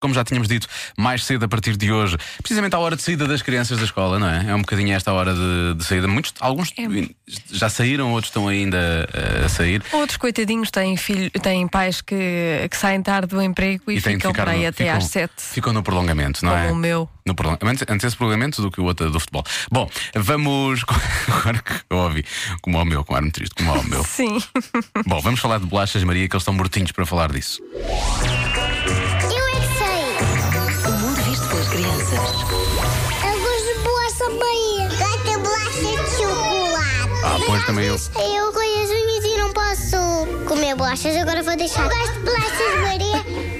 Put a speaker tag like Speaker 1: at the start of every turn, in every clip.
Speaker 1: Como já tínhamos dito, mais cedo a partir de hoje, precisamente à hora de saída das crianças da escola, não é? É um bocadinho esta hora de, de saída. Muitos, alguns
Speaker 2: É.
Speaker 1: já saíram, outros estão ainda eh, a sair.
Speaker 2: Outros coitadinhos têm, filho, têm pais que, que saem tarde do emprego e,
Speaker 1: têm de
Speaker 2: ficam por
Speaker 1: ficar
Speaker 2: aí
Speaker 1: no-
Speaker 2: até
Speaker 1: ficam-
Speaker 2: às sete.
Speaker 1: Ficam no prolongamento, não
Speaker 2: Como
Speaker 1: é?
Speaker 2: o meu.
Speaker 1: No prolongamento. Antes, antes esse prolongamento do que o outro do futebol. Bom, vamos. com- Agora que eu ouvi, como ao meu, com ar-me triste, como ao meu.
Speaker 2: Sim.
Speaker 1: Bom, vamos falar de bolachas, Maria, que eles estão mortinhos para falar disso.
Speaker 3: Eu é que sei.
Speaker 4: O mundo visto pelas crianças.
Speaker 3: Eu gosto de bolacha Maria. Gosto de bolacha de chocolate.
Speaker 1: Ah, pois, também eu.
Speaker 3: Eu ganhei as unhas e não posso comer bolachas, agora vou deixar. Eu gosto de bolachas Maria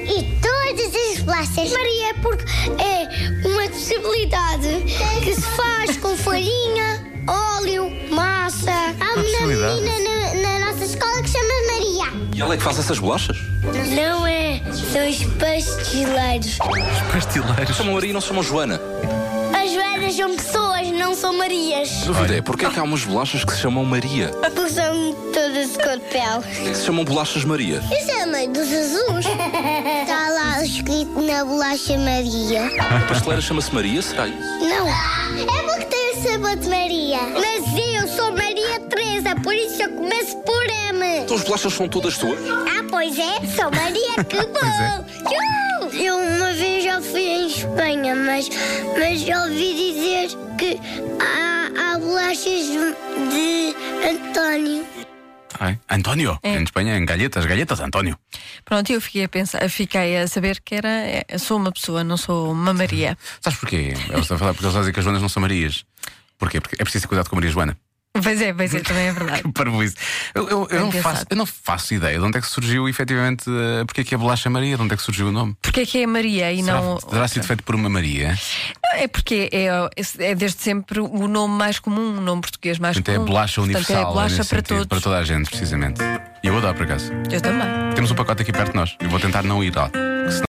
Speaker 3: e todas as bolachas Maria, porque é uma possibilidade que se faz com farinha, óleo, massa. Há uma
Speaker 1: possibilidade.
Speaker 3: menina na- na nossa escola que chama Maria.
Speaker 5: E ela é que faz essas bolachas?
Speaker 3: Não é, são os pastileiros.
Speaker 1: Pastileiros.
Speaker 5: Chamam Maria e não chamam Joana.
Speaker 3: As velhas são pessoas, não são Marias.
Speaker 5: Dúvida é, porque é que há umas bolachas que se chamam Maria?
Speaker 3: Porque são todas de cor de pele.
Speaker 5: Que se chamam bolachas Maria?
Speaker 3: Isso é a mãe dos azuis. Está lá escrito na bolacha Maria.
Speaker 5: A pasteleira chama-se Maria, será isso?
Speaker 3: Não. É porque tem o sabor de Maria. Mas eu sou Maria Teresa, por isso eu começo por M.
Speaker 5: Então as bolachas são todas tuas?
Speaker 3: Ah, pois é, sou Maria, que bom! Tchau! é. Eu uma vez já fui em Espanha, mas, mas já ouvi dizer que há, há bolachas de António.
Speaker 1: Ai, António,
Speaker 2: É.
Speaker 1: em Espanha, em galhetas, galhetas, António.
Speaker 2: Pronto, eu fiquei a, pensar, fiquei a saber que era. é, Sou uma pessoa, não sou uma Maria.
Speaker 1: Sabes porquê? Eu estou a falar porque eles dizem que as Joanas não são Marias. Porquê? Porque é preciso ter cuidado com a Maria Joana.
Speaker 2: Pois é, pois é, também é verdade.
Speaker 1: Para isso. Eu, eu, eu,
Speaker 2: Bem
Speaker 1: não faço,
Speaker 2: pensado.
Speaker 1: eu não faço ideia de onde é que surgiu efetivamente. eh, Porque é que é a bolacha Maria? De onde é que surgiu o nome?
Speaker 2: Porquê é que é Maria e
Speaker 1: Será-
Speaker 2: não.
Speaker 1: terá sido feito por uma Maria?
Speaker 2: É porque é, é desde sempre o nome mais comum, o nome português mais
Speaker 1: Portanto, é
Speaker 2: comum.
Speaker 1: bolacha
Speaker 2: Portanto,
Speaker 1: universal.
Speaker 2: É bolacha para
Speaker 1: nesse sentido,
Speaker 2: todos.
Speaker 1: Para toda a gente, precisamente. E eu adoro, por acaso.
Speaker 2: Eu também.
Speaker 1: Temos um pacote aqui perto de nós. Eu vou tentar não ir lá. que senão-